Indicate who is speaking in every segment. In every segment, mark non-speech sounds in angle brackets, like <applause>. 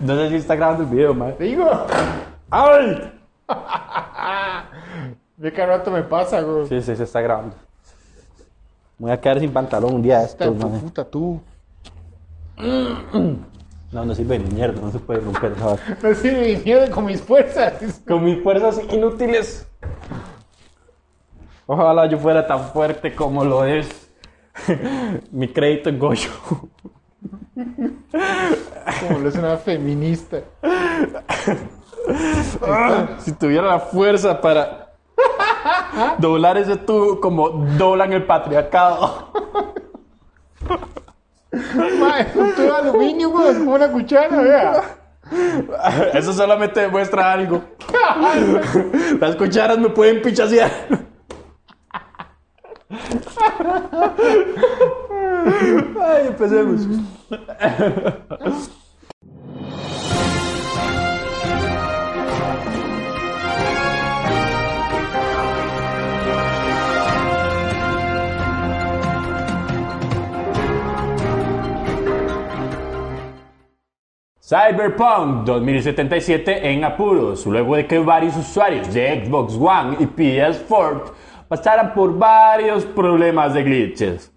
Speaker 1: No sé si está grabando el video, madre. Digo. ¡Ay!
Speaker 2: Ve que al rato me pasa, güey.
Speaker 1: Sí, sí, se está grabando. Me voy a quedar sin pantalón un día de
Speaker 2: Puta,
Speaker 1: estos, madre.
Speaker 2: puta, tú.
Speaker 1: No, no sirve ni mierda, no se puede romper esa vara.
Speaker 2: No sirve ni mierda con mis fuerzas. <laughs>
Speaker 1: Con mis fuerzas inútiles. Ojalá yo fuera tan fuerte como lo es. <laughs> Mi crédito en Goyo.
Speaker 2: Como lo es una feminista.
Speaker 1: Si tuviera la fuerza para doblar ese tubo como doblan el patriarcado. <laughs>
Speaker 2: Ma, es un tubo de aluminio, güey. Es como una cuchara, vea.
Speaker 1: Eso solamente demuestra algo. Las cucharas me pueden pichasear. Ay, empecemos. Cyberpunk 2077 en apuros, luego de que varios usuarios de Xbox One y PS4 pasaran por varios problemas de glitches.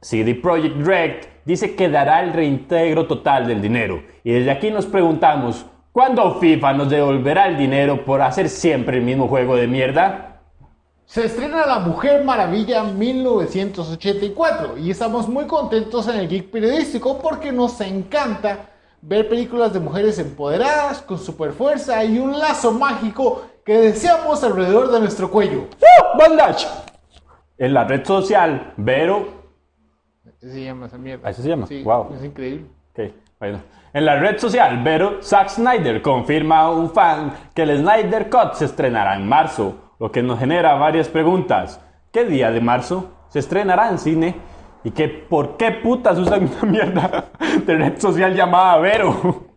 Speaker 1: CD Projekt Red dice que dará el reintegro total del dinero, y desde aquí nos preguntamos, ¿cuándo FIFA nos devolverá el dinero por hacer siempre el mismo juego de mierda?
Speaker 2: Se estrena La Mujer Maravilla 1984 y estamos muy contentos en el Geek Periodístico porque nos encanta ver películas de mujeres empoderadas con superfuerza y un lazo mágico que deseamos alrededor de nuestro cuello.
Speaker 1: ¡Uh! ¡Bandage! En la red social, Vero
Speaker 2: Así se llama esa mierda.
Speaker 1: ¿Así se llama?
Speaker 2: Sí,
Speaker 1: Guau.
Speaker 2: Es increíble.
Speaker 1: Ok, bueno. En la red social, Vero, Zack Snyder confirma a un fan que el Snyder Cut se estrenará en marzo, lo que nos genera varias preguntas. ¿Qué día de marzo se estrenará en cine? ¿Y qué, por qué putas usan <laughs> una mierda de red social llamada Vero? <laughs>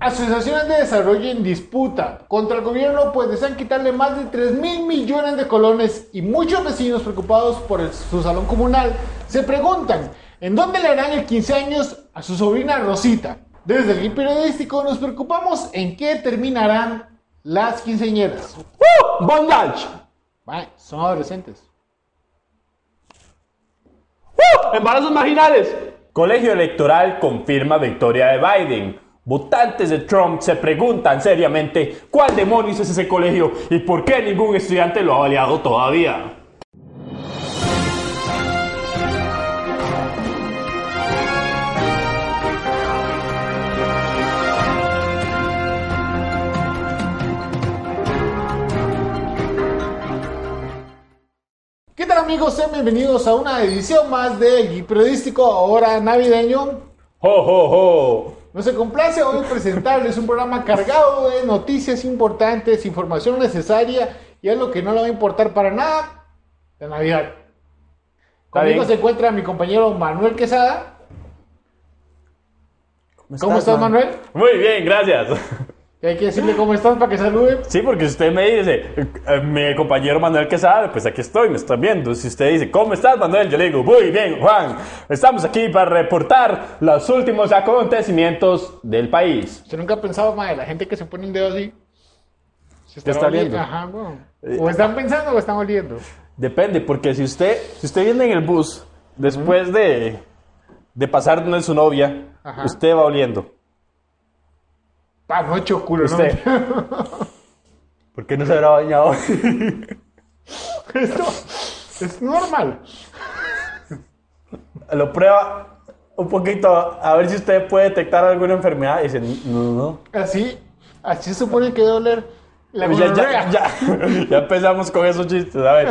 Speaker 2: Asociaciones de desarrollo en disputa contra el gobierno pues desean quitarle más de 3 mil millones de colones y muchos vecinos preocupados por el- su salón comunal se preguntan ¿en dónde le harán el 15 años a su sobrina Rosita? Desde el Geek periodístico nos preocupamos en qué terminarán las quinceañeras.
Speaker 1: ¡Uh! ¡Bondage!
Speaker 2: Mae, son adolescentes.
Speaker 1: ¡Uh! ¡Embarazos marginales! Colegio Electoral confirma victoria de Biden. Votantes de Trump se preguntan seriamente cuál demonios es ese colegio y por qué ningún estudiante lo ha avaliado todavía.
Speaker 2: ¿Qué tal amigos? Sean bienvenidos a una edición más del Geek periodístico ahora navideño
Speaker 1: ¡Jo, jo, jo!
Speaker 2: Nos complace hoy presentarles un programa cargado de noticias importantes, información necesaria y algo que no le va a importar para nada, la Navidad. Conmigo
Speaker 1: bien.
Speaker 2: se encuentra mi compañero Manuel Quesada. ¿Cómo estás,
Speaker 1: man?
Speaker 2: Manuel?
Speaker 1: Muy bien, gracias.
Speaker 2: Y hay que decirle cómo estás para que salude.
Speaker 1: <laughs> Sí, porque si usted me dice, eh, eh, mi compañero Manuel Quesada, pues aquí estoy, me está viendo. Si usted dice, ¿cómo estás, Manuel? Yo le digo, muy bien, Juan. Estamos aquí para reportar los últimos acontecimientos del país.
Speaker 2: Usted nunca ha pensado, madre, la gente que se pone el dedo así. Se
Speaker 1: Ya está
Speaker 2: oli-
Speaker 1: oliendo.
Speaker 2: Ajá, bueno.
Speaker 1: Eh,
Speaker 2: O están pensando o están oliendo.
Speaker 1: Depende, porque si usted, si usted viene en el bus después de, de pasar donde su novia,
Speaker 2: Ajá.
Speaker 1: usted va oliendo.
Speaker 2: Panocho, culo, <laughs>
Speaker 1: Usted.
Speaker 2: ¿no?
Speaker 1: <laughs> ¿Por qué no se habrá bañado? <laughs>
Speaker 2: Esto es normal.
Speaker 1: Lo prueba un poquito a ver si usted puede detectar alguna enfermedad. Y dice, no, no.
Speaker 2: Así, así se supone que debe oler la
Speaker 1: Pues ya, ya,
Speaker 2: gonorrea.
Speaker 1: ya, <laughs> ya empezamos con esos chistes, a ver.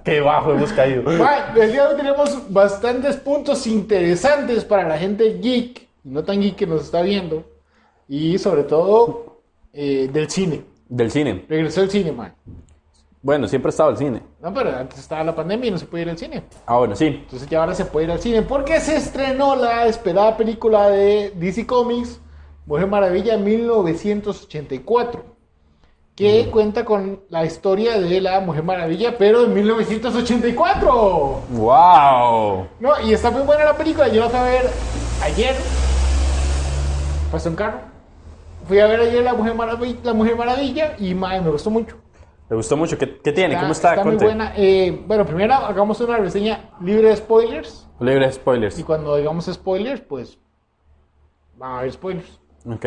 Speaker 2: <laughs>
Speaker 1: Qué bajo hemos caído.
Speaker 2: Bueno, el día de hoy tenemos bastantes puntos interesantes para la gente geek, no tan geek que nos está viendo, y sobre todo eh, del cine.
Speaker 1: Del cine.
Speaker 2: Regresó el cine, man.
Speaker 1: Bueno, siempre ha estado el cine.
Speaker 2: No, pero antes estaba la pandemia y no se puede ir al cine.
Speaker 1: Ah, bueno, sí.
Speaker 2: Entonces ya ahora se puede ir al cine porque se estrenó la esperada película de DC Comics, Mujer Maravilla 1984, que cuenta con la historia de la Mujer Maravilla, pero en 1984.
Speaker 1: ¡Wow!
Speaker 2: No, y está muy buena la película, yo la fui a ver ayer. pasó en carro. Fui a ver ayer la Mujer Maravilla, la Mujer Maravilla y mae, me gustó mucho.
Speaker 1: ¿Te gustó mucho? ¿Qué, qué tiene?
Speaker 2: Está-
Speaker 1: ¿Cómo está?
Speaker 2: Está muy
Speaker 1: Conte.
Speaker 2: buena. Eh, bueno, primero hagamos una reseña libre de spoilers.
Speaker 1: Libre de
Speaker 2: Y
Speaker 1: spoilers.
Speaker 2: cuando digamos spoilers, pues van a haber spoilers.
Speaker 1: Ok.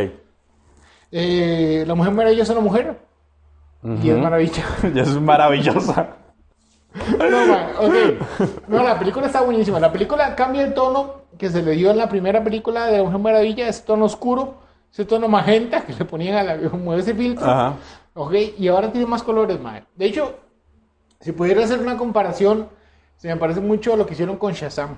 Speaker 2: Eh, la Mujer Maravilla es una mujer. Y es maravilla. <laughs>
Speaker 1: <laughs> Ya es maravillosa.
Speaker 2: No, ma, ok. No, la película está buenísima. La película cambia el tono que se le dio en la primera película de La Mujer Maravilla, ese tono oscuro, ese tono magenta que le ponían a la <laughs> como ese filtro.
Speaker 1: Ajá.
Speaker 2: Ok, y ahora tiene más colores, madre. De hecho, si pudiera hacer una comparación, se me parece mucho a lo que hicieron con Shazam.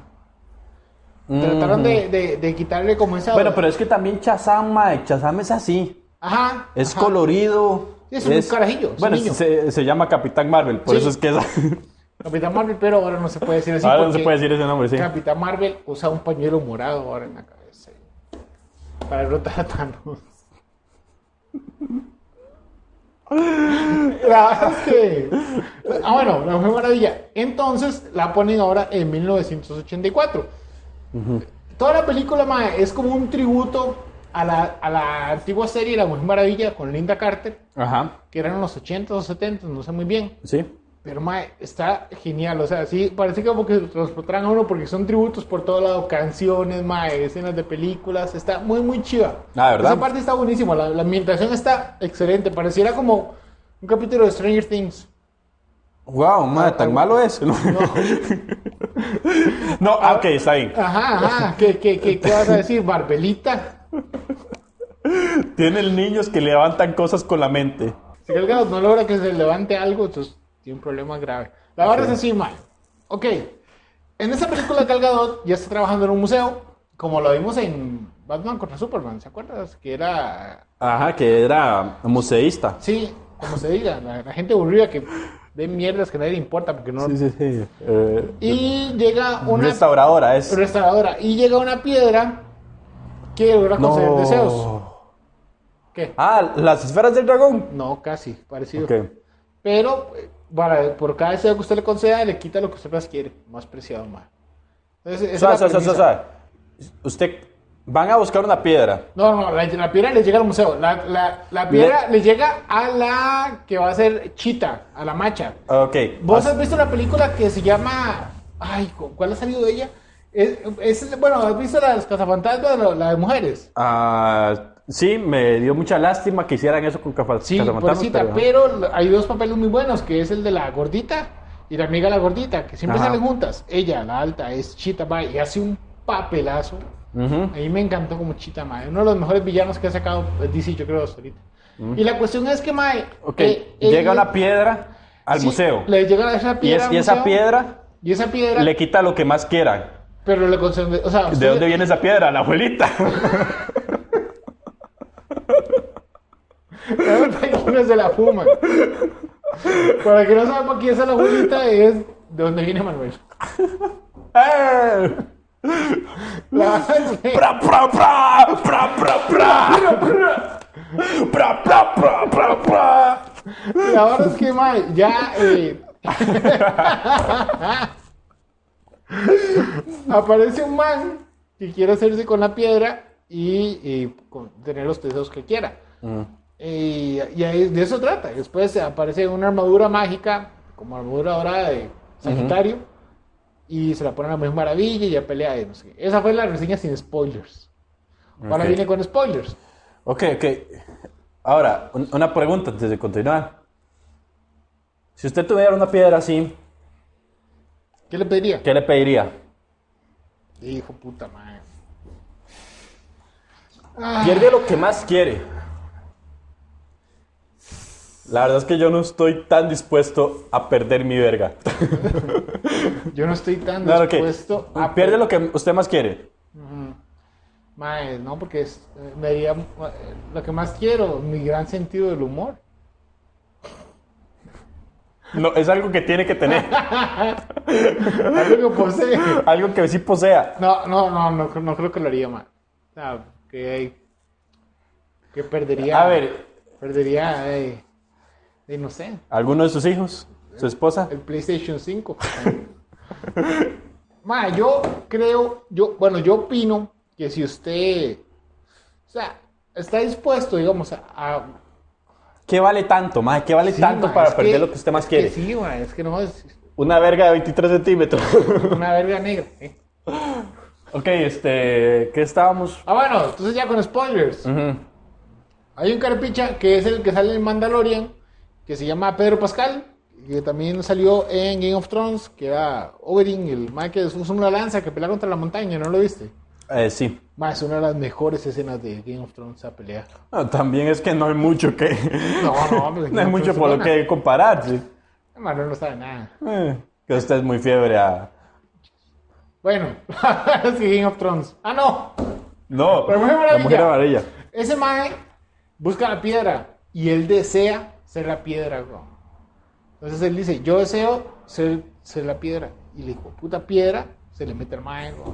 Speaker 2: Trataron de, de- de quitarle como esa.
Speaker 1: Bueno, pero es que también Chazam, mae, Chazam es así.
Speaker 2: Ajá.
Speaker 1: Es
Speaker 2: ajá.
Speaker 1: colorido.
Speaker 2: Es un carajillo, es
Speaker 1: Bueno,
Speaker 2: un niño.
Speaker 1: se, se llama Capitán Marvel, por
Speaker 2: Sí.
Speaker 1: eso es que es-
Speaker 2: Capitán Marvel, pero ahora no se puede decir así.
Speaker 1: ahora no
Speaker 2: porque
Speaker 1: se puede decir ese nombre, sí.
Speaker 2: Capitán Marvel usa un pañuelo morado ahora en la cabeza. Para derrotar a Thanos. <laughs> La verdad es que- Ah, bueno, la Mujer Maravilla. Entonces la ponen ahora en 1984. Toda la película mae, es como un tributo a la, a la antigua serie La Mujer Maravilla con Linda Carter,
Speaker 1: Ajá,
Speaker 2: que eran los 80 o 70, no sé muy bien.
Speaker 1: sí.
Speaker 2: Pero mae, está genial, o sea, sí, parece como que lo transportaran a uno porque son tributos por todo lado, canciones, mae, escenas de películas, está muy, muy chiva.
Speaker 1: Ah, ¿verdad?
Speaker 2: Esa parte está buenísima, la, la ambientación está excelente, pareciera como un capítulo de Stranger Things.
Speaker 1: Wow, madre, tan
Speaker 2: algo-
Speaker 1: malo es. No, <laughs> no ah, ok, está bien.
Speaker 2: Ajá, ajá, ¿qué, qué, qué, qué vas a decir? Barbelita.
Speaker 1: Tienen niños que levantan cosas con la mente.
Speaker 2: Si el gato no logra que se levante algo, entonces tiene un problema grave. La verdad es así, mae. Ok, en esa película Gal Gadot ya está trabajando en un museo, como lo vimos en Batman contra Superman, ¿se acuerdas? Que era...
Speaker 1: Ajá, que era museísta.
Speaker 2: Sí, como se diga, la, la gente aburrida que de mierdas que nadie le importa porque no.
Speaker 1: Sí, sí, sí. Eh,
Speaker 2: Y llega una
Speaker 1: Restauradora es.
Speaker 2: restauradora y llega una piedra que logra conceder deseos. ¿Qué?
Speaker 1: Ah, las esferas del dragón.
Speaker 2: No, casi, parecido.
Speaker 1: Ok.
Speaker 2: Pero eh, para, por cada deseo que usted le conceda, le quita lo que usted más quiere, más preciado, más. Entonces, esa
Speaker 1: Suave,
Speaker 2: es la
Speaker 1: suave, suave,
Speaker 2: premisa.
Speaker 1: suave. Usted. Van a buscar una piedra.
Speaker 2: No, no, la, la piedra le llega al museo. La, la- la piedra le... llega a la que va a ser Chita, a la macha.
Speaker 1: Ok.
Speaker 2: ¿Vos
Speaker 1: As-
Speaker 2: has visto la película que se llama. Ay, ¿con ¿cuál ha salido de ella? Es, es- bueno, ¿has visto la de los cazafantasmas, la, la de mujeres?
Speaker 1: ah, sí, me dio mucha lástima que hicieran eso con Cafa-
Speaker 2: Sí,
Speaker 1: Cazafantasmas,
Speaker 2: pobrecita,
Speaker 1: pero-
Speaker 2: pero... hay dos papeles muy buenos, que es el de la gordita y la amiga de la gordita, que siempre
Speaker 1: Ajá.
Speaker 2: salen juntas. Ella, la alta, es Chita Bay y hace un papelazo.
Speaker 1: Ujú.
Speaker 2: A mí me encantó como Chita Mae, uno de los mejores villanos que ha sacado el DC, yo creo, hasta ahorita. Y la cuestión es que Mae...
Speaker 1: Mm. Ok,
Speaker 2: eh, eh,
Speaker 1: llega una piedra al
Speaker 2: sí,
Speaker 1: museo.
Speaker 2: Le llega esa
Speaker 1: Y,
Speaker 2: piedra
Speaker 1: es-
Speaker 2: al
Speaker 1: y esa
Speaker 2: museo,
Speaker 1: piedra
Speaker 2: Y esa piedra...
Speaker 1: le quita lo que más quieran.
Speaker 2: Pero le concede... O sea,
Speaker 1: ¿De dónde
Speaker 2: <laughs>
Speaker 1: viene esa piedra? La abuelita. <laughs>
Speaker 2: Algunos se la fuman. Para que no sepa quién es la abuelita, es de donde viene
Speaker 1: <laughs>
Speaker 2: Manuel.
Speaker 1: ¡Eh!
Speaker 2: La <laughs> verdad es que-
Speaker 1: ¡Pra, pra, pra! ¡Pra, pra, pra! <laughs> ¡Pra, pra, pra, pra, pra!
Speaker 2: la verdad es que, mae, ya. eh, <laughs> Aparece un man que quiere hacerse con la piedra y, y con- tener los tesoros que quiera. Y, y ahí de eso trata. Después aparece una armadura mágica, como armadura ahora de Sagitario, y se la pone a la Mujer Maravilla y ya pelea. y no sé qué. Esa fue la reseña sin spoilers. Ahora
Speaker 1: Ok.
Speaker 2: viene con spoilers.
Speaker 1: Ok, ok. Ahora, un- una pregunta antes de continuar. Si usted tuviera una piedra así,
Speaker 2: ¿Qué le pediría?
Speaker 1: ¿qué le pediría?
Speaker 2: Hijo puta madre.
Speaker 1: Pierde lo que más quiere. La verdad es que yo no estoy tan dispuesto a perder mi verga.
Speaker 2: Yo no estoy tan
Speaker 1: <laughs> Claro que
Speaker 2: dispuesto a.
Speaker 1: pierde lo que usted más quiere.
Speaker 2: Mae, no, porque es- eh, me haría eh, lo que más quiero, mi gran sentido del humor.
Speaker 1: No, es algo que tiene que tener, <laughs>
Speaker 2: Algo que posee.
Speaker 1: algo que sí posea.
Speaker 2: No, no, no, no, cre- no creo que lo haría, mae. O sea, que, que perdería.
Speaker 1: A ver.
Speaker 2: Perdería, eh, eh, no sé,
Speaker 1: ¿Alguno de sus hijos? ¿Su esposa?
Speaker 2: el
Speaker 1: <laughs>
Speaker 2: PlayStation 5. Mae, yo creo, yo, bueno, yo opino que si usted sea, está dispuesto, digamos, a... a-
Speaker 1: ¿Qué vale tanto, mae? ¿Qué vale
Speaker 2: sí,
Speaker 1: tanto
Speaker 2: ma,
Speaker 1: para
Speaker 2: es
Speaker 1: perder lo que usted más
Speaker 2: es
Speaker 1: quiere?
Speaker 2: sí, ma, es que no es
Speaker 1: Una verga de 23 centímetros.
Speaker 2: una verga negra. ¿eh?
Speaker 1: ok, este. ¿Qué estábamos?
Speaker 2: Ah, bueno, entonces ya con spoilers.
Speaker 1: Ujú.
Speaker 2: Hay un carpicha que es el que sale en Mandalorian, que se llama Pedro Pascal, que también salió en Game of Thrones, que era Oberyn, el man que usa una lanza que pelea contra la montaña, ¿no lo viste?
Speaker 1: Eh, sí.
Speaker 2: Más es una de las mejores escenas de Game of Thrones, esa pelea.
Speaker 1: No, también es que no hay mucho que.
Speaker 2: No, no, pero
Speaker 1: <laughs> no hay mucho por lo que comparar, sí.
Speaker 2: Mano no sabe nada.
Speaker 1: Eh, que usted es muy fiebre a.
Speaker 2: Bueno, <laughs> es que Game of Thrones. Ah, no.
Speaker 1: No,
Speaker 2: La Mujer
Speaker 1: la mujer
Speaker 2: Maravilla.
Speaker 1: amarilla.
Speaker 2: Ese man busca la piedra y él desea ser la piedra, bro. Entonces él dice, yo deseo ser, ser la piedra. Y le dijo, puta piedra, se le mete al mae, bro.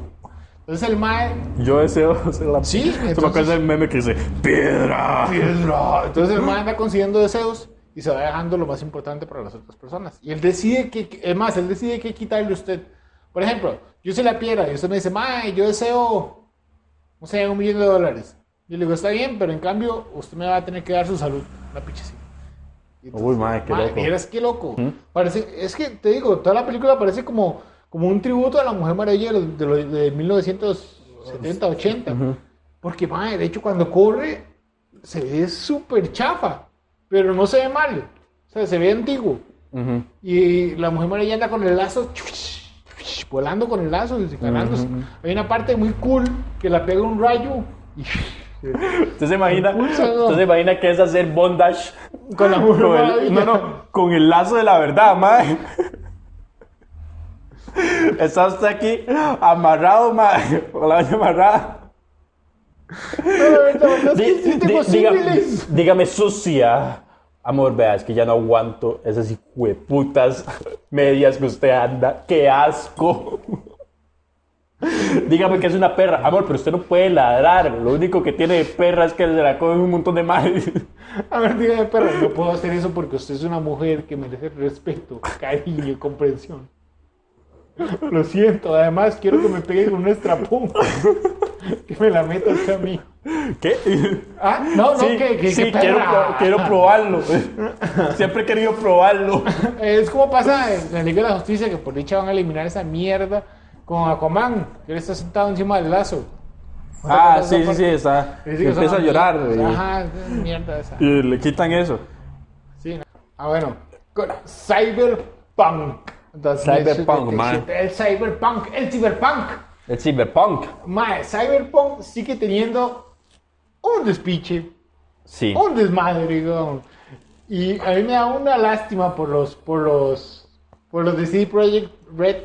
Speaker 2: Entonces el mae,
Speaker 1: Yo deseo <laughs> ser la.
Speaker 2: Sí,
Speaker 1: Se me
Speaker 2: entonces-
Speaker 1: acuerda el meme que dice: ¡Piedra!
Speaker 2: piedra. Entonces el mae anda consiguiendo deseos y se va dejando lo más importante para las otras personas. Y él decide que, es más, él decide que quitarle a usted. Por ejemplo, yo soy la piedra y usted me dice, mae, yo deseo, no sé, un millón de dólares. Yo le digo, está bien, pero en cambio usted me va a tener que dar su salud. Una pichecita.
Speaker 1: Uy, madre, qué loco.
Speaker 2: Vieras qué loco. Parece, es que te digo, toda la película parece como, como un tributo a la Mujer Maravilla de, los- de los- de 1970, 80. Porque, madre, de hecho, cuando corre, se ve súper chafa, pero no se ve mal. O sea, se ve antiguo.
Speaker 1: Ujú.
Speaker 2: Y la Mujer Maravilla anda con el lazo, volando con el lazo, y ganándose. Hay una parte muy cool que la pega un rayo <laughs> y
Speaker 1: ¿Usted se imagina?
Speaker 2: Impulsa, ¿no?
Speaker 1: ¿Usted se imagina que es hacer bondage?
Speaker 2: con la Mujer
Speaker 1: Con el- no,
Speaker 2: Maravilla.
Speaker 1: no, con el lazo de la verdad, mae. <laughs> Está usted aquí amarrado, mae. Con la vaina amarrada.
Speaker 2: La verdad <laughs> es que
Speaker 1: Di-
Speaker 2: sí
Speaker 1: di-
Speaker 2: tengo
Speaker 1: diga-
Speaker 2: sífilis.
Speaker 1: dígame sucia. Amor, vea, es que ya no aguanto esas hijueputas medias que usted anda. ¡Qué asco! <laughs> Dígame que es una perra. Amor, pero usted no puede ladrar. Lo único que tiene de perra es que se la comen un montón de males.
Speaker 2: A ver, dígame, perro, no puedo hacer eso porque usted es una mujer que merece respeto, cariño y comprensión. Lo siento, además quiero que me peguen con un estrapón. Que me la meta usted a mí.
Speaker 1: <laughs> ¿Qué?
Speaker 2: Ah, no, no,
Speaker 1: Sí,
Speaker 2: que, que-
Speaker 1: sí,
Speaker 2: que perra.
Speaker 1: quiero, pro- quiero probarlo. <laughs> Siempre he querido
Speaker 2: <laughs>
Speaker 1: probarlo.
Speaker 2: Es como pasa en la Liga de la Justicia que por dicha van a eliminar esa mierda con Aquaman, que él está sentado encima del lazo.
Speaker 1: Ah, sí, sí, sí, está.
Speaker 2: Le dice que
Speaker 1: Empieza a
Speaker 2: son
Speaker 1: llorar.
Speaker 2: amigos,
Speaker 1: güey.
Speaker 2: Ajá, es una mierda esa.
Speaker 1: Y le quitan eso.
Speaker 2: Sí. Ah, bueno. Con- Cyberpunk. Entonces,
Speaker 1: Cyberpunk, man.
Speaker 2: El cyberpunk, el cyberpunk.
Speaker 1: El cyberpunk.
Speaker 2: Mae, cyberpunk sigue teniendo un despiche,
Speaker 1: Sí.
Speaker 2: un desmadre, weón. Y a mí me da una lástima por los, por los, por los de CD Projekt Red.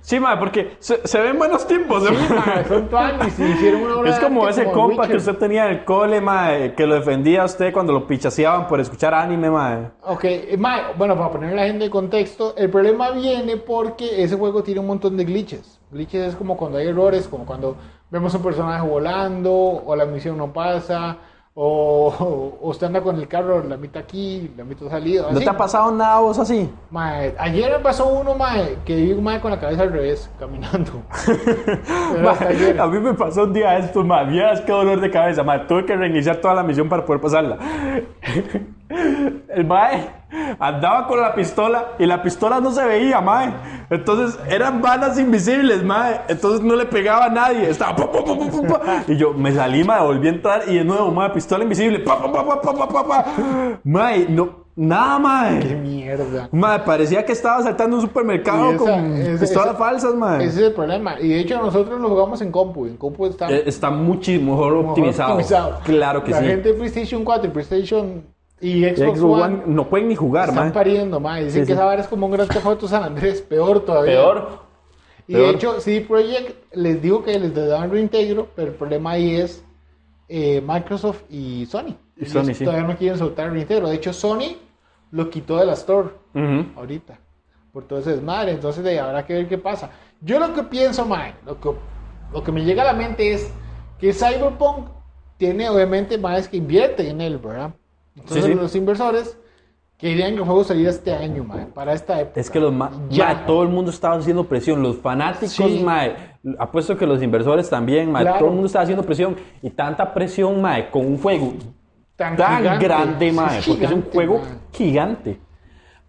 Speaker 1: Sí, ma, porque se, se ven buenos tiempos.
Speaker 2: Sí,
Speaker 1: ma. <laughs>
Speaker 2: mae, son tuanis y se hicieron una obra
Speaker 1: Es
Speaker 2: de
Speaker 1: como
Speaker 2: arte
Speaker 1: ese
Speaker 2: el
Speaker 1: compa que
Speaker 2: Witcher.
Speaker 1: usted tenía en el cole, ma, eh, que lo defendía a usted cuando lo pichaseaban por escuchar anime, ma. eh.
Speaker 2: Ok, mae, bueno, para poner a la gente en contexto, el problema viene porque ese juego tiene un montón de glitches. Glitches es como cuando hay errores, como cuando vemos un personaje volando, o la misión no pasa, o, o usted anda con el carro, la mitad aquí, la mitad salida.
Speaker 1: ¿No
Speaker 2: así.
Speaker 1: te ha pasado nada a vos así?
Speaker 2: Mae, ayer me pasó uno, mae, que vi un mae con la cabeza al revés, caminando.
Speaker 1: <laughs>
Speaker 2: Pero
Speaker 1: Ma,
Speaker 2: hasta ayer.
Speaker 1: a mí me pasó un día esto, ma. Vieras qué dolor de cabeza, ma. Tuve que reiniciar toda la misión para poder pasarla. <laughs> El mae andaba con la pistola y la pistola no se veía, mae. Entonces eran balas invisibles, mae. Entonces no le pegaba a nadie. Estaba pa, pa, pa, pa, pa, pa. Y yo me salí, mae, volví a entrar y de nuevo, mae, pistola invisible. Pa, pa, pa, pa, pa, pa, pa, pa. Mae, no, nada,
Speaker 2: Qué
Speaker 1: mae.
Speaker 2: mierda.
Speaker 1: Mae, parecía que estaba saltando un supermercado
Speaker 2: Y esa-
Speaker 1: con
Speaker 2: esa-
Speaker 1: pistolas
Speaker 2: esa-
Speaker 1: falsas, mae.
Speaker 2: Ese es el problema. Y de hecho nosotros lo jugamos en compu, en compu está...
Speaker 1: Eh, Está muchísimo mejor
Speaker 2: mejor
Speaker 1: optimizado. Claro que
Speaker 2: la
Speaker 1: sí.
Speaker 2: gente de PlayStation 4 y PlayStation y
Speaker 1: Y
Speaker 2: Xbox,
Speaker 1: Xbox
Speaker 2: One,
Speaker 1: One no pueden ni jugar,
Speaker 2: Pues están
Speaker 1: man.
Speaker 2: pariendo, ma. Dicen
Speaker 1: Sí,
Speaker 2: que
Speaker 1: sí.
Speaker 2: esa vara es como un gran foto San Andrés, peor todavía.
Speaker 1: Peor.
Speaker 2: Y de
Speaker 1: peor.
Speaker 2: hecho, CD Projekt les digo que les daban reintegro, pero el problema ahí es eh, Microsoft y Sony.
Speaker 1: Y Sony,
Speaker 2: Ellos
Speaker 1: sí.
Speaker 2: Todavía no quieren soltar el reintegro. De hecho, Sony lo quitó de la Store
Speaker 1: Ujú.
Speaker 2: ahorita. Por todo ese desmadre. Entonces, de ahí habrá que ver qué pasa. Yo lo que pienso, mae, lo que, lo que me llega a la mente es que Cyberpunk tiene, obviamente, maes que invierten en él, ¿verdad? Entonces,
Speaker 1: Sí, sí.
Speaker 2: los inversores que dirían que el juego saliera este año, mae, para esta época.
Speaker 1: Es que los ma-
Speaker 2: Ya.
Speaker 1: mae, todo el mundo estaba haciendo presión, los fanáticos,
Speaker 2: Sí.
Speaker 1: mae, apuesto que los inversores también, mae,
Speaker 2: Claro.
Speaker 1: todo el mundo estaba haciendo presión y tanta presión, mae, con un juego
Speaker 2: Tan
Speaker 1: tan,
Speaker 2: gigante.
Speaker 1: grande,
Speaker 2: Sí,
Speaker 1: mae, porque es un
Speaker 2: gigante,
Speaker 1: juego
Speaker 2: mae.
Speaker 1: gigante.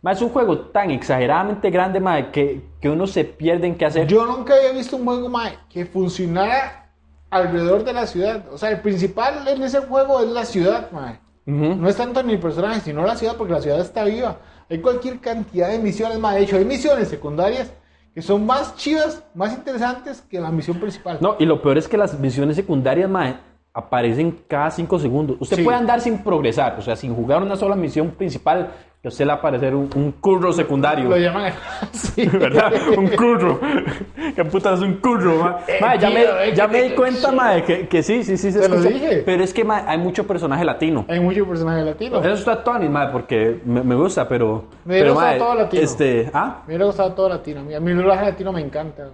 Speaker 1: Mae, es un juego tan exageradamente grande, mae, que, que uno se pierde en qué hacer.
Speaker 2: Yo nunca había visto un juego mae, que funcionara alrededor de la ciudad. O sea, el principal en ese juego es la ciudad, mae. No es tanto ni el personaje, sino la ciudad, porque la ciudad está viva. Hay cualquier cantidad de misiones, mae. De hecho, hay misiones secundarias que son más chidas, más interesantes que la misión principal.
Speaker 1: No, y lo peor es que las misiones secundarias, mae, aparecen cada cinco segundos. Usted
Speaker 2: Sí.
Speaker 1: puede andar sin progresar, o sea, sin jugar una sola misión principal, que a usted le va a aparecer un, un curro secundario. <laughs>
Speaker 2: Lo llaman <laughs> así.
Speaker 1: ¿Verdad? Un curro. <laughs> ¿Qué puta es un curro, ma?
Speaker 2: Eh,
Speaker 1: Ma, ya,
Speaker 2: tío, eh,
Speaker 1: me, ya
Speaker 2: que
Speaker 1: me
Speaker 2: te-
Speaker 1: di cuenta, ma, que, que sí, sí, sí. Se
Speaker 2: Te lo
Speaker 1: escucha.
Speaker 2: dije.
Speaker 1: Pero es que, ma, hay mucho personaje latino.
Speaker 2: Hay mucho personaje latino.
Speaker 1: Eso está Tony, ma, porque me, me gusta, pero.
Speaker 2: Me
Speaker 1: pero,
Speaker 2: gusta
Speaker 1: ma,
Speaker 2: todo latino.
Speaker 1: Este, ¿ah?
Speaker 2: Me hubiera gustado todo latino. A mí a mí el doblaje latino me encanta.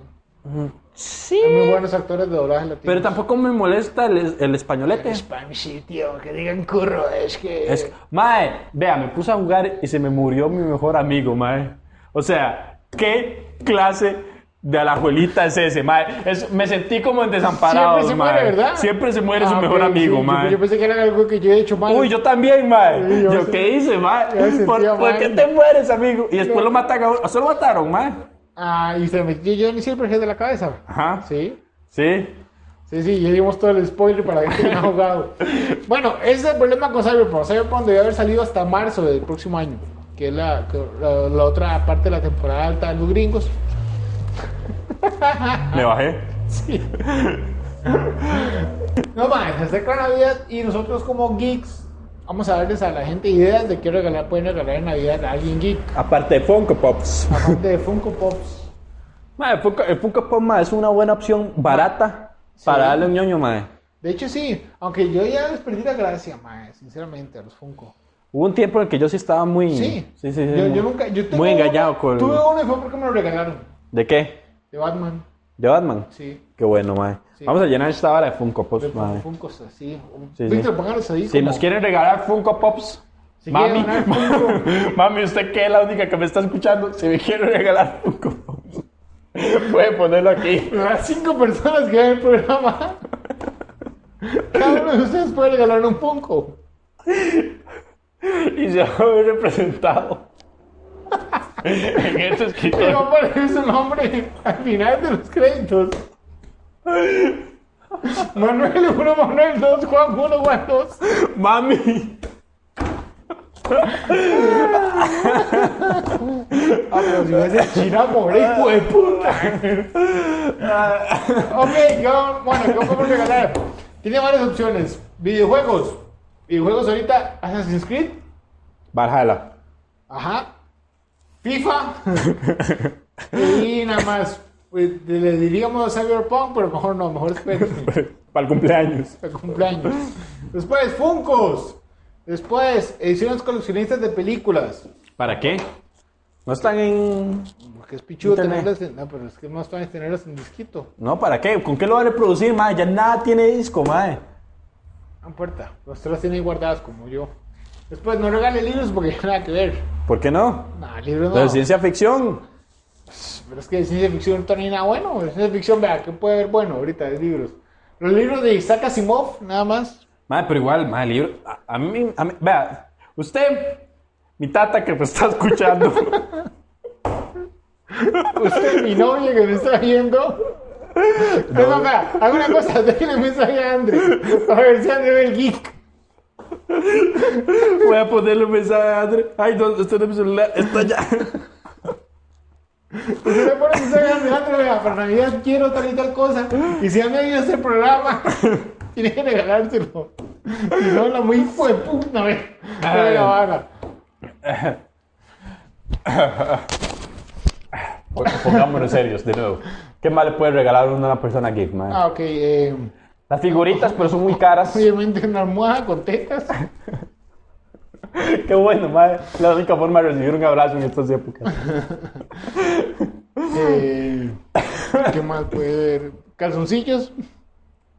Speaker 1: Sí.
Speaker 2: Hay muy buenos actores de doblaje latino.
Speaker 1: Pero tampoco me molesta el, el españolete.
Speaker 2: Spanish, tío, que digan curro, es que.
Speaker 1: Es, mae, vea, me puse a jugar y se me murió mi mejor amigo, mae. O sea, ¿qué clase de alajuelita es ese, mae? Es- me sentí como en desamparado,
Speaker 2: Siempre se muere, ¿verdad?
Speaker 1: Siempre se muere su
Speaker 2: Ah, ok,
Speaker 1: mejor amigo,
Speaker 2: sí, yo-
Speaker 1: mae.
Speaker 2: Yo, pensé que era algo que yo he hecho mal.
Speaker 1: Uy, yo también, mae.
Speaker 2: Sí, yo
Speaker 1: yo,
Speaker 2: sé.
Speaker 1: ¿qué hice, mae?
Speaker 2: Yo sentía
Speaker 1: ¿Por, por
Speaker 2: mal.
Speaker 1: qué te mueres, amigo? Y después lo matan a uno. ¿Se lo mataron, mae?
Speaker 2: Ah, y se me metió Johnny Silverhead de la cabeza.
Speaker 1: Ajá. Sí.
Speaker 2: Sí. Sí, sí, ya dimos todo el spoiler para que <laughs> no ha jugado. Bueno, ese es el problema con Cyberpunk. Cyberpunk debió haber salido hasta marzo del próximo año, que es la, que- la- la otra parte de la temporada alta de los gringos.
Speaker 1: Me bajé.
Speaker 2: Sí. No más, se acerca Navidad y nosotros como geeks vamos a darles a la gente ideas de qué regalar, pueden regalar en Navidad a alguien geek,
Speaker 1: Aparte de Funko Pops.
Speaker 2: aparte de Funko Pops.
Speaker 1: Mae, Funko, el Funko Pop, mae, es una buena opción barata para darle un ñoño, mae.
Speaker 2: De hecho sí, aunque yo ya les perdí la gracia, mae, sinceramente, a los Funko.
Speaker 1: Hubo un tiempo en el que yo sí estaba muy.
Speaker 2: Sí,
Speaker 1: sí, sí. sí,
Speaker 2: yo,
Speaker 1: muy-
Speaker 2: yo nunca, yo tengo
Speaker 1: Muy engañado
Speaker 2: uno-
Speaker 1: con.
Speaker 2: Tuve uno y fue porque me lo regalaron,
Speaker 1: ¿De qué?
Speaker 2: de Batman,
Speaker 1: ¿De Batman?
Speaker 2: sí.
Speaker 1: Qué bueno, mae.
Speaker 2: Sí.
Speaker 1: Vamos a llenar esta hora de Funko
Speaker 2: De
Speaker 1: Pops, mae.
Speaker 2: Funko, así.
Speaker 1: Sí, sí.
Speaker 2: Víctor, póngalos ahí.
Speaker 1: Si nos quieren regalar Funko Pops,
Speaker 2: Si
Speaker 1: mami,
Speaker 2: quieren ganar
Speaker 1: <laughs>
Speaker 2: Funko.
Speaker 1: mami, usted que es la única que me está escuchando, si me quiere regalar Funko Pops, <laughs> puede ponerlo aquí.
Speaker 2: Las cinco personas que ven el programa. Cada uno de ustedes puede regalar un Funko.
Speaker 1: Y se va a ver representado en este
Speaker 2: Pero va
Speaker 1: escritorio.
Speaker 2: a aparecer su nombre al final de los créditos. Manuel 1, Manuel 2, Juan 1, Juan 2.
Speaker 1: Mami,
Speaker 2: Ah, pero si ves el china pobre, hijo de puta. ok, yo, bueno, ¿qué podemos regalar? Tiene varias opciones. Videojuegos. Videojuegos ahorita, Assassin's Creed.
Speaker 1: Valhalla.
Speaker 2: Ajá. FIFA. y nada más. pues, Le diríamos Cyberpunk, pero mejor no,
Speaker 1: <laughs>
Speaker 2: mejor espérense
Speaker 1: <laughs> Para el cumpleaños.
Speaker 2: al cumpleaños. Después, Funcos. Después, ediciones coleccionistas de películas.
Speaker 1: ¿Para qué? No están en.
Speaker 2: Porque es pichudo
Speaker 1: Internet.
Speaker 2: tenerlas en. No, pero es que no están tenerlas en disquito.
Speaker 1: No, ¿para qué? ¿Con qué lo van a reproducir, mae? Ya nada tiene disco, mae.
Speaker 2: No importa. Los las tienen ahí guardadas como yo. Después, no regale libros porque nada que ver.
Speaker 1: ¿Por qué no?
Speaker 2: No, libros
Speaker 1: La
Speaker 2: no.
Speaker 1: ciencia ficción.
Speaker 2: Pero es que de ciencia ficción ahorita no hay nada bueno. De ciencia ficción, vea, ¿qué puede haber bueno ahorita de libros? Los libros de Isaac Asimov, nada más.
Speaker 1: Madre, pero igual, madre, el libro. A, a mí, a mí- vea, usted, mi tata que me está <laughs> escuchando,
Speaker 2: Usted, mi novia que me está viendo. No, no, vea, haga una cosa, déjale mensaje a André. A ver si André ve el geek.
Speaker 1: voy a ponerle un mensaje a André. Ay, no, usted no es mi celular, está <laughs> ya.
Speaker 2: Usted le pone mensaje a André, André, vea, para Navidad quiero tal y tal cosa. Y si André viene a este programa, <laughs> tiene que regalárselo. Y no habla muy hijo de puta, vea. No me la vara.
Speaker 1: Pongámonos serios, de nuevo. ¿Qué más le puede regalar uno a una persona geek, madre?
Speaker 2: Ah, ok, eh,
Speaker 1: Las figuritas, pero son muy caras.
Speaker 2: obviamente una almohada con tetas.
Speaker 1: <laughs> Qué bueno, madre. La única forma de recibir un abrazo en estas épocas.
Speaker 2: Eh, ¿Qué más puede haber? Calzoncillos,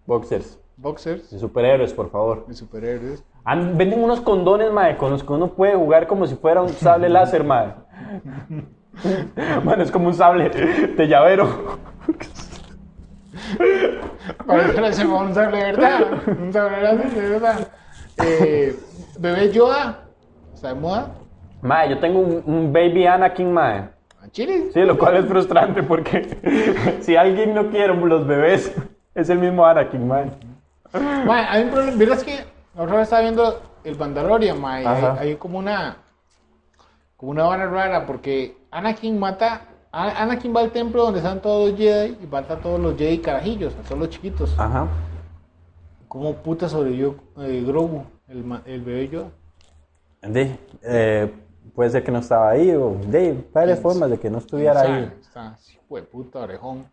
Speaker 1: Boxers.
Speaker 2: Boxers,
Speaker 3: De superhéroes, por favor.
Speaker 2: de superhéroes.
Speaker 1: Han- venden unos condones, mae, con los que uno puede jugar como si fuera un sable láser, mae. Bueno, es como un sable de llavero.
Speaker 2: Para eso le hacemos un sable de verdad. Un sable grande de verdad. Eh, bebé Yoda. ¿Está de moda?
Speaker 1: Mae, yo tengo un, un baby Anakin, mae.
Speaker 2: ¿A Ah, Chile?
Speaker 1: Sí, lo cual es frustrante porque <laughs> si alguien no quiere los bebés, es el mismo Anakin, mae.
Speaker 2: Mae, hay un problema. Verás que la otra vez estaba viendo el Mandalorian, mae. Hay,
Speaker 1: Ajá.
Speaker 2: hay como una. Como una vara rara, porque Anakin mata. A- Anakin va al templo donde están todos los Jedi y mata a todos los Jedi carajillos, a todos los chiquitos.
Speaker 1: Ajá.
Speaker 2: ¿Cómo puta sobrevivió eh, Grogu, el, ma- el bebé Yoda?
Speaker 1: De, eh, puede ser que no estaba ahí o de varias formas de que no estuviera
Speaker 2: O sea,
Speaker 1: ahí.
Speaker 2: Está así, hijo de puta, orejón.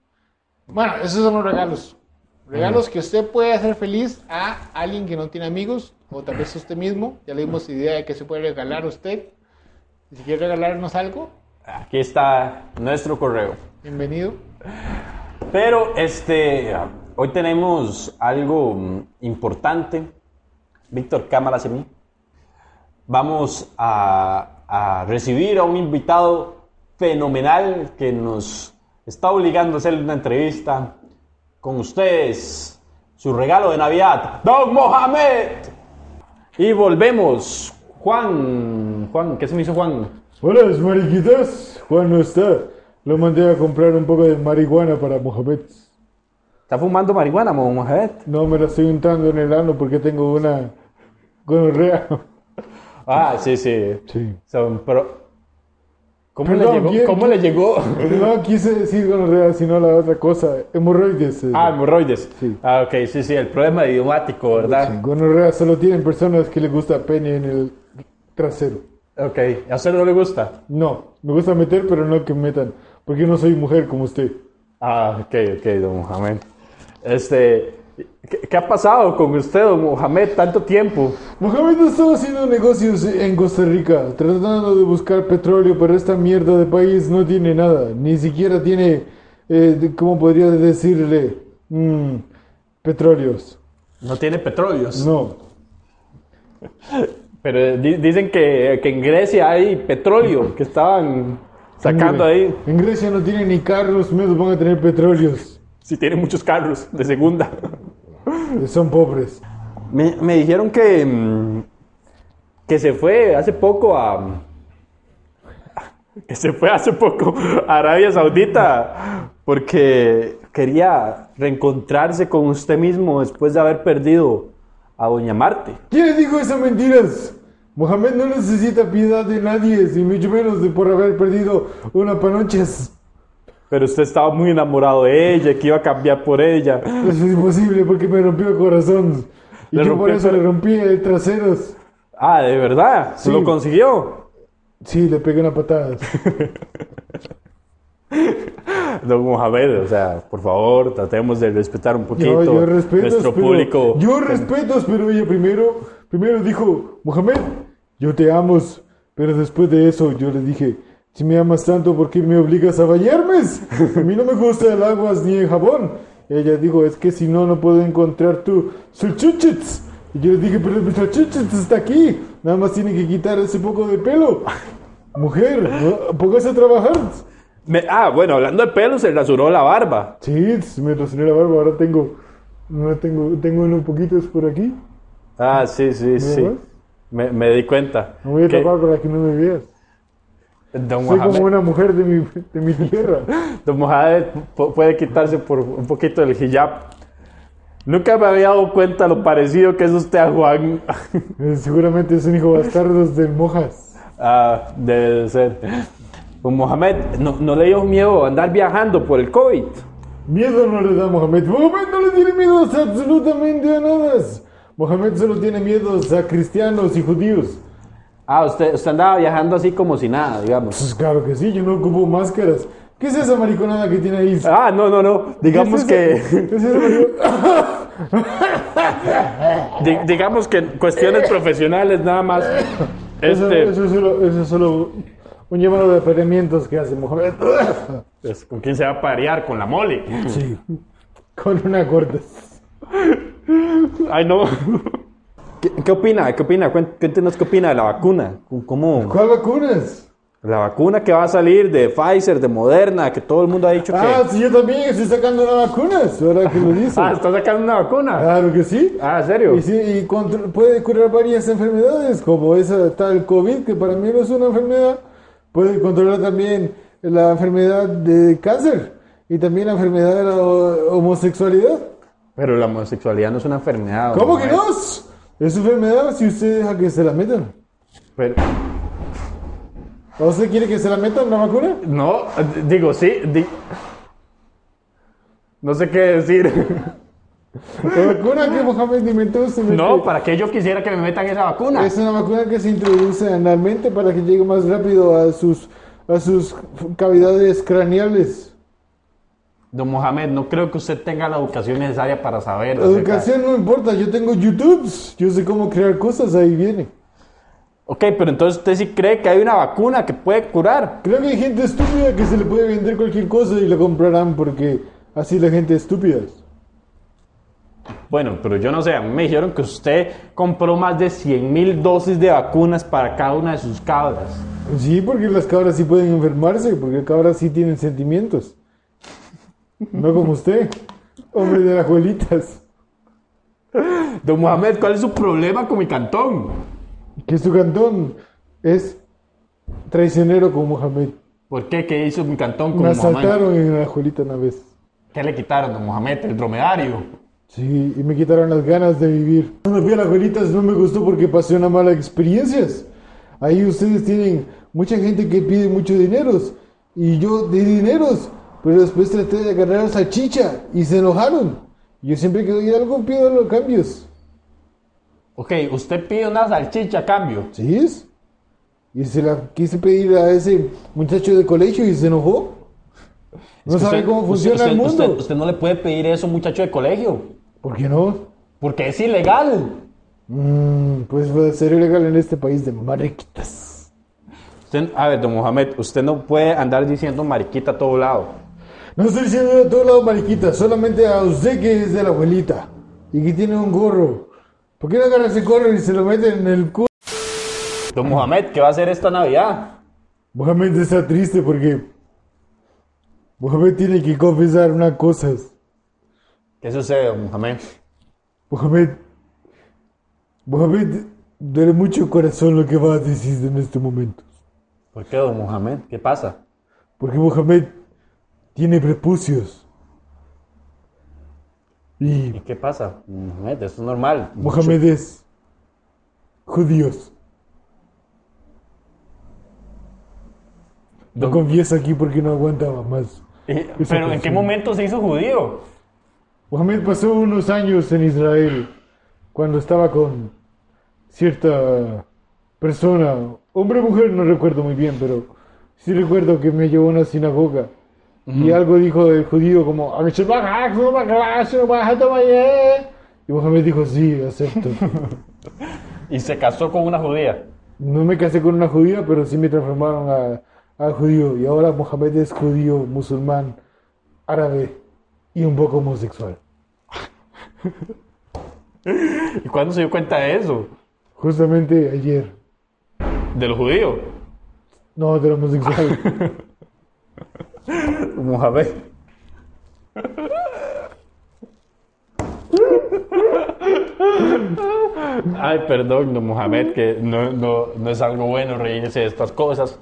Speaker 2: Bueno, esos son los regalos. Regalos que usted puede hacer feliz a alguien que no tiene amigos, o tal vez usted mismo. Ya le dimos idea de que se puede regalar a usted. Y Si quiere regalarnos algo,
Speaker 1: Aquí está nuestro correo.
Speaker 2: bienvenido.
Speaker 1: Pero este, hoy tenemos algo mm, importante. Víctor, cámaras en mí. Vamos a, a recibir a un invitado fenomenal que nos está obligando a hacer una entrevista con ustedes. Su regalo de Navidad, Don Mohamed. Y volvemos. Juan, Juan, ¿qué se me hizo Juan?
Speaker 4: Hola, mariquitas. Juan no está. Lo mandé a comprar un poco de marihuana para Mohamed.
Speaker 1: ¿Está fumando marihuana, Mo- Mohamed?
Speaker 4: No me la estoy untando en el ano porque tengo una gonorrea. <laughs>
Speaker 1: Ah, sí, sí.
Speaker 4: Sí.
Speaker 1: Son pro- ¿Cómo,
Speaker 4: Perdón,
Speaker 1: le llegó,
Speaker 4: ¿quién-
Speaker 1: ¿Cómo le
Speaker 4: <laughs>
Speaker 1: llegó?
Speaker 4: No quise decir gonorrea, sino la otra cosa. Hemorroides. eh.
Speaker 1: Ah, hemorroides.
Speaker 4: Sí.
Speaker 1: Ah, ok, sí, sí, el problema idiomático,
Speaker 4: Sí,
Speaker 1: ¿verdad?
Speaker 4: Gonorrea solo tienen personas que les gusta pene en el trasero.
Speaker 1: Ok, a usted no le gusta.
Speaker 4: No, me gusta meter, pero no que metan. Porque no soy mujer como usted.
Speaker 1: Ah, ok, ok, don Mohamed. Este, ¿qué, qué ha pasado con usted, don Mohamed, tanto tiempo?
Speaker 4: Mohamed estaba haciendo negocios en Costa Rica, tratando de buscar petróleo, pero esta mierda de país no tiene nada, ni siquiera tiene, eh, de- ¿cómo podría decirle? Mm, petróleos.
Speaker 1: No tiene petróleos.
Speaker 4: No,
Speaker 1: Pero eh, di- dicen que, que en Grecia hay petróleo, que estaban sacando ahí.
Speaker 4: En Grecia no tiene ni carros, menos van a tener petróleos.
Speaker 1: Si tiene muchos carros de segunda.
Speaker 4: Son pobres.
Speaker 1: Me, me dijeron que, mm, que se fue hace poco a. <laughs> Que se fue hace poco a Arabia Saudita porque quería reencontrarse con usted mismo después de haber perdido a Doña Marte.
Speaker 4: ¿Quién dijo esas mentiras? Mohamed no necesita piedad de nadie, ni mucho menos de por haber perdido una panochas.
Speaker 1: Pero usted estaba muy enamorado de ella, que iba a cambiar por ella.
Speaker 4: Eso es imposible porque me rompió el corazón. Y
Speaker 1: Le
Speaker 4: yo
Speaker 1: rompió
Speaker 4: por
Speaker 1: el
Speaker 4: eso
Speaker 1: cora-
Speaker 4: le rompí el traseros.
Speaker 1: Ah, de verdad,
Speaker 4: Sí.
Speaker 1: lo consiguió.
Speaker 4: Sí, le pegué una patada.
Speaker 1: Don Mohamed, o sea, por favor, tratemos de respetar un poquito
Speaker 4: Yo, yo respeto.
Speaker 1: nuestro
Speaker 4: pero-
Speaker 1: público.
Speaker 4: Yo respeto, pero ella primero, primero dijo, Mohamed, yo te amo. Pero después de eso yo le dije, si me amas tanto, ¿por qué me obligas a bañarme? A mí no me gusta el agua ni el jabón. Ella dijo, es que si no, no puedo encontrar tu sulchuchits. Y yo le dije, pero el sulchuchits está aquí. Nada más tiene que quitar ese poco de pelo. Mujer, ¿no? póngase a trabajar.
Speaker 1: Me- ah, bueno, hablando de pelo, se rasuró la barba.
Speaker 4: Sí, me rasuré la barba, ahora tengo, no tengo, tengo unos poquitos por aquí.
Speaker 1: Ah, sí, sí, sí.
Speaker 4: ves?
Speaker 1: Me, me di cuenta.
Speaker 4: Me voy a
Speaker 1: Que-
Speaker 4: tapar para que no me veas.
Speaker 1: Don
Speaker 4: Soy
Speaker 1: Mohamed,
Speaker 4: como una mujer de mi, de mi tierra.
Speaker 1: Don Mohamed pu- puede quitarse por un poquito el hijab. Nunca me había dado cuenta lo parecido que es usted a Juan. <laughs>
Speaker 4: Eh, Seguramente es un hijo bastardo del Mojas.
Speaker 1: ah, debe de ser. Don Mohamed, ¿no, no le dio miedo andar viajando por el COVID?
Speaker 4: Miedo no le da a Mohamed. Mohamed no le tiene miedo absolutamente a nada. Mohamed solo tiene miedos a cristianos y judíos.
Speaker 1: Ah, usted, usted andaba viajando así como si nada, digamos.
Speaker 4: Pues claro que sí, yo no ocupo máscaras. ¿Qué es esa mariconada que tiene ahí?
Speaker 1: Ah, no, no, no. Digamos
Speaker 4: ¿Qué
Speaker 1: que...
Speaker 4: es esa- qué es esa mariconada?
Speaker 1: <laughs> di- digamos que en cuestiones profesionales nada más.
Speaker 4: Eso,
Speaker 1: Este...
Speaker 4: eso es solo, eso es solo un llamado de apareamientos que hace Mohamed. <laughs>
Speaker 1: Pues, ¿Con quién se va a parear? Con la mole.
Speaker 4: Sí. Con una corta.
Speaker 5: Ay, no. ¿Qué, qué opina? ¿Qué opina? Cuen- Cuéntenos qué opina de la vacuna. ¿Cómo?
Speaker 4: ¿Cuál vacunas?
Speaker 5: La vacuna que va a salir de Pfizer, de Moderna, que todo el mundo ha dicho
Speaker 4: Ah, sí, yo también estoy sacando las vacunas, ahora que lo
Speaker 1: <laughs>
Speaker 4: dice.
Speaker 1: Ah, está sacando una vacuna.
Speaker 4: Claro que sí.
Speaker 1: Ah, ¿en serio?
Speaker 4: Y, sí, y contro- puede curar varias enfermedades, como esa tal COVID, que para mí no es una enfermedad. Puede controlar también la enfermedad de cáncer y también la enfermedad de la ho- homosexualidad.
Speaker 5: Pero la homosexualidad no es una
Speaker 1: Ah,
Speaker 5: enfermedad.
Speaker 4: ¿Cómo
Speaker 5: ¿no?
Speaker 4: que no? Es enfermedad si usted deja que se la metan.
Speaker 1: Pero-
Speaker 4: ¿O usted quiere que se la metan la vacuna?
Speaker 1: no, d- digo, sí. di- No sé qué decir.
Speaker 4: La vacuna que Mohamed inventó se
Speaker 1: <laughs>
Speaker 4: mete-
Speaker 1: No, ¿para qué yo quisiera que me metan esa vacuna?
Speaker 4: Es una vacuna que se introduce analmente para que llegue más rápido a sus, a sus cavidades craneales.
Speaker 1: Don Mohamed, no creo que usted tenga la educación necesaria para saber.
Speaker 4: La
Speaker 1: acerca-
Speaker 4: educación no importa, yo tengo YouTube, yo sé cómo crear cosas, ahí viene.
Speaker 5: Ok, pero entonces usted sí cree que hay una vacuna que puede curar.
Speaker 4: Creo que hay gente estúpida que se le puede vender cualquier cosa y la comprarán porque así la gente es estúpida.
Speaker 5: Bueno, pero yo no sé, a mí me dijeron que usted compró más de 100 mil dosis de vacunas para cada una de sus cabras.
Speaker 4: Sí, porque las cabras sí pueden enfermarse, porque las cabras sí tienen sentimientos. No como usted, hombre de las abuelitas.
Speaker 1: Don Mohamed, ¿cuál es su problema con mi cantón?
Speaker 4: Que su cantón es traicionero con Mohamed.
Speaker 1: ¿Por qué? ¿Qué hizo mi cantón con
Speaker 4: Me
Speaker 1: Don Mohamed?
Speaker 4: asaltaron en la abuelita una vez.
Speaker 1: ¿Qué le quitaron, Don Mohamed? El dromedario.
Speaker 4: Sí, y me quitaron las ganas de vivir. Cuando fui a las abuelitas no me gustó porque pasé una mala experiencias. Ahí ustedes tienen mucha gente que pide mucho dineros. Y yo di dineros, pero después traté de agarrar salchicha y se enojaron. Yo siempre que doy algo pido los cambios.
Speaker 1: Ok, usted pide una salchicha a cambio.
Speaker 4: ¿Sí es? Y se la quise pedir a ese muchacho de colegio y se enojó. No
Speaker 5: Es que
Speaker 4: sabe
Speaker 5: usted-
Speaker 4: cómo
Speaker 5: usted-
Speaker 4: funciona el
Speaker 5: usted-
Speaker 4: mundo.
Speaker 5: Usted, usted no le puede pedir eso a un muchacho de colegio,
Speaker 4: ¿Por qué no?
Speaker 1: Porque es ilegal.
Speaker 4: Mm, pues va a ser ilegal en este país de mariquitas.
Speaker 5: Usted- a ver, don Mohamed, usted no puede andar diciendo mariquita a todo lado.
Speaker 4: No estoy diciendo a todos lados mariquita, solamente a usted que es de la abuelita y que tiene un gorro. ¿Por qué no agarra ese gorro y se lo mete en el culo?
Speaker 5: Don Mohamed, ¿qué va a hacer esta Navidad?
Speaker 4: Mohamed está triste porque Mohamed tiene que confesar unas cosas.
Speaker 5: ¿Qué sucede, don Mohamed?
Speaker 4: Mohamed, Mohamed, duele mucho el corazón lo que vas a decir en este momento.
Speaker 5: ¿Por Pues qué, don Mohamed? ¿Qué pasa?
Speaker 4: Porque Mohamed tiene prepucios. Y
Speaker 5: ¿Y qué pasa? don Mohamed, eso es normal.
Speaker 4: Mohamed es judíos. Lo confieso aquí porque no aguantaba más.
Speaker 1: Pero ¿en qué momento se hizo judío?
Speaker 4: Mohamed pasó unos años en Israel cuando estaba con cierta persona, hombre o mujer, no recuerdo muy bien, pero sí recuerdo que me llevó a una sinagoga y algo dijo el judío como y Mohamed dijo sí, acepto.
Speaker 1: Y se casó con una judía.
Speaker 4: No me casé con una judía, pero sí me transformaron a, a judío. Y ahora Mohamed es judío, musulmán, árabe y un poco homosexual.
Speaker 1: ¿Y cuándo se dio cuenta de eso?
Speaker 4: Justamente ayer.
Speaker 1: De los judíos.
Speaker 4: No, de lo homosexual.
Speaker 5: Don Mohamed.
Speaker 1: Ay, perdón, don Mohamed, que no, no- no es algo bueno reírse de estas cosas.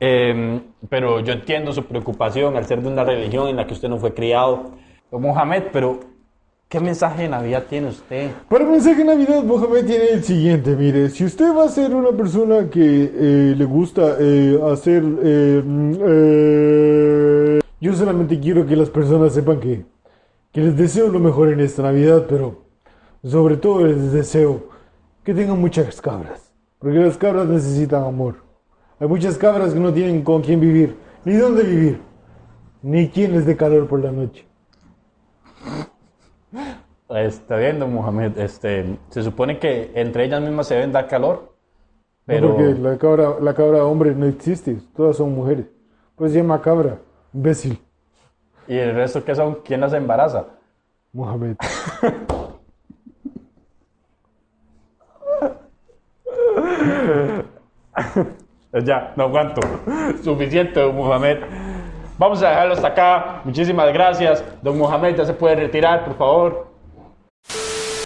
Speaker 1: Eh, pero yo entiendo su preocupación al ser de una religión en la que usted no fue criado. Don Mohamed, pero ¿qué mensaje de Navidad tiene usted?
Speaker 4: Para el mensaje de Navidad, Mohamed tiene el siguiente. Mire, si usted va a ser una persona que eh, le gusta eh, hacer... eh, mm, eh, yo solamente quiero que las personas sepan que, que les deseo lo mejor en esta Navidad, pero sobre todo les deseo que tengan muchas cabras. Porque las cabras necesitan amor. Hay muchas cabras que no tienen con quién vivir, ni dónde vivir, ni quién les dé calor por la noche.
Speaker 5: Está bien, don Mohamed. Este, se supone que entre ellas mismas se deben dar calor. Pero...
Speaker 4: No, porque la cabra, la cabra hombre no existe, todas son mujeres. Pues se llama cabra, imbécil.
Speaker 5: ¿Y el resto que son? ¿Quién las embaraza?
Speaker 4: Mohamed.
Speaker 1: Eh, Ya, no aguanto. <laughs> Suficiente, don Mohamed. Vamos a dejarlo hasta acá. Muchísimas gracias. Don Mohamed ya se puede retirar, por favor.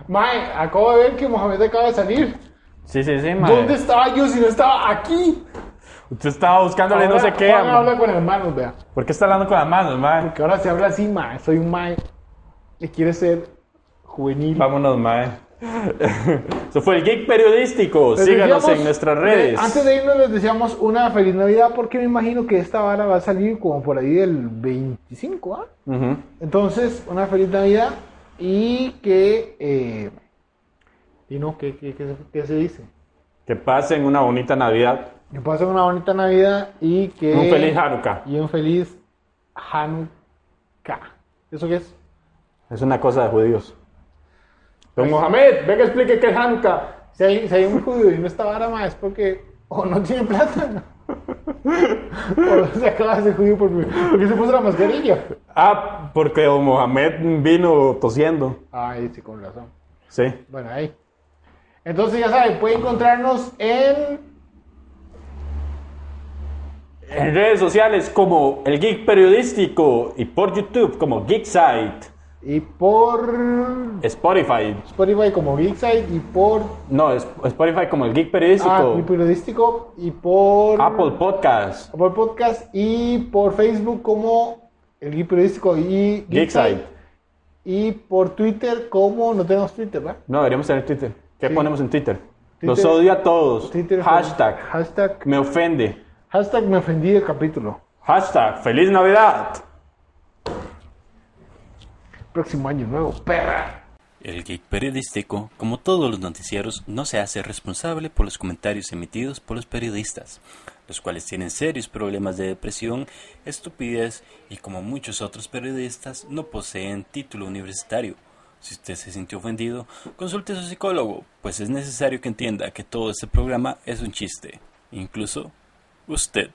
Speaker 2: Mae, acabo de ver que Mohamed acaba de salir.
Speaker 1: Sí, sí, sí,
Speaker 2: ¿Dónde estaba yo si no estaba aquí?
Speaker 1: Usted estaba buscándole
Speaker 2: Ahora
Speaker 1: no sé qué,
Speaker 2: Juan
Speaker 1: ma.
Speaker 2: habla con hermanos, vea.
Speaker 1: ¿Por qué está hablando con las manos, mae?
Speaker 2: Que ahora se habla así, mae. Soy un mae que quiere ser juvenil.
Speaker 1: Vámonos, mae. <laughs> Eso fue el Geek Periodístico.
Speaker 2: Les
Speaker 1: Síganos
Speaker 2: deseamos-
Speaker 1: en nuestras redes.
Speaker 2: eh, Antes de irnos les deseamos una feliz Navidad porque me imagino que esta vara va a salir como por ahí del 25, ¿ah?
Speaker 1: Ujú.
Speaker 2: Entonces, una feliz Navidad y que... eh, y no, ¿qué, qué- qué se- qué se dice?
Speaker 1: Que pasen una bonita Navidad.
Speaker 2: Que pasen una bonita Navidad y que...
Speaker 1: Un feliz Hanukkah.
Speaker 2: Y un feliz Hanukkah. ¿Eso qué es?
Speaker 1: Es una cosa de judíos. Don Mohamed, venga, explique qué es Hanukkah.
Speaker 2: Si hay, si hay un judío y no está vara más es porque o no <laughs> tiene plata o se acaba de ser judío por porque se puso la mascarilla.
Speaker 1: Ah, porque don Mohamed vino tosiendo.
Speaker 2: Ay, sí, con razón.
Speaker 1: Sí.
Speaker 2: Bueno, ahí. Entonces ya saben, pueden encontrarnos en...
Speaker 1: En redes sociales como El Geek Periodístico y por YouTube como Geeksite,
Speaker 2: Y por
Speaker 1: Spotify.
Speaker 2: Spotify como Geekside y por...
Speaker 1: No, es- Spotify como El Geek
Speaker 2: Ah, y
Speaker 1: Periodístico,
Speaker 2: periodístico y por...
Speaker 1: Apple Podcast,
Speaker 2: Por podcast y por Facebook como el Geek Periodístico y
Speaker 1: Geekside.
Speaker 2: Y por Twitter como... No tenemos Twitter, ¿verdad?
Speaker 1: No, deberíamos tener Twitter. ¿Qué
Speaker 2: Sí.
Speaker 1: ponemos en Twitter? Los
Speaker 2: Twitter-
Speaker 1: odio a todos.
Speaker 2: Twitter como-
Speaker 1: Hashtag.
Speaker 2: Hashtag
Speaker 1: Me ofende.
Speaker 2: Hashtag me ofendí del capítulo.
Speaker 1: Hashtag. Feliz Navidad.
Speaker 2: Próximo año nuevo, perra.
Speaker 6: El Geek Periodístico, como todos los noticieros, no se hace responsable por los comentarios emitidos por los periodistas, los cuales tienen serios problemas de depresión, estupidez y como muchos otros periodistas no poseen título universitario. Si usted se sintió ofendido, consulte a su psicólogo, pues es necesario que entienda que todo este programa es un chiste, incluso usted.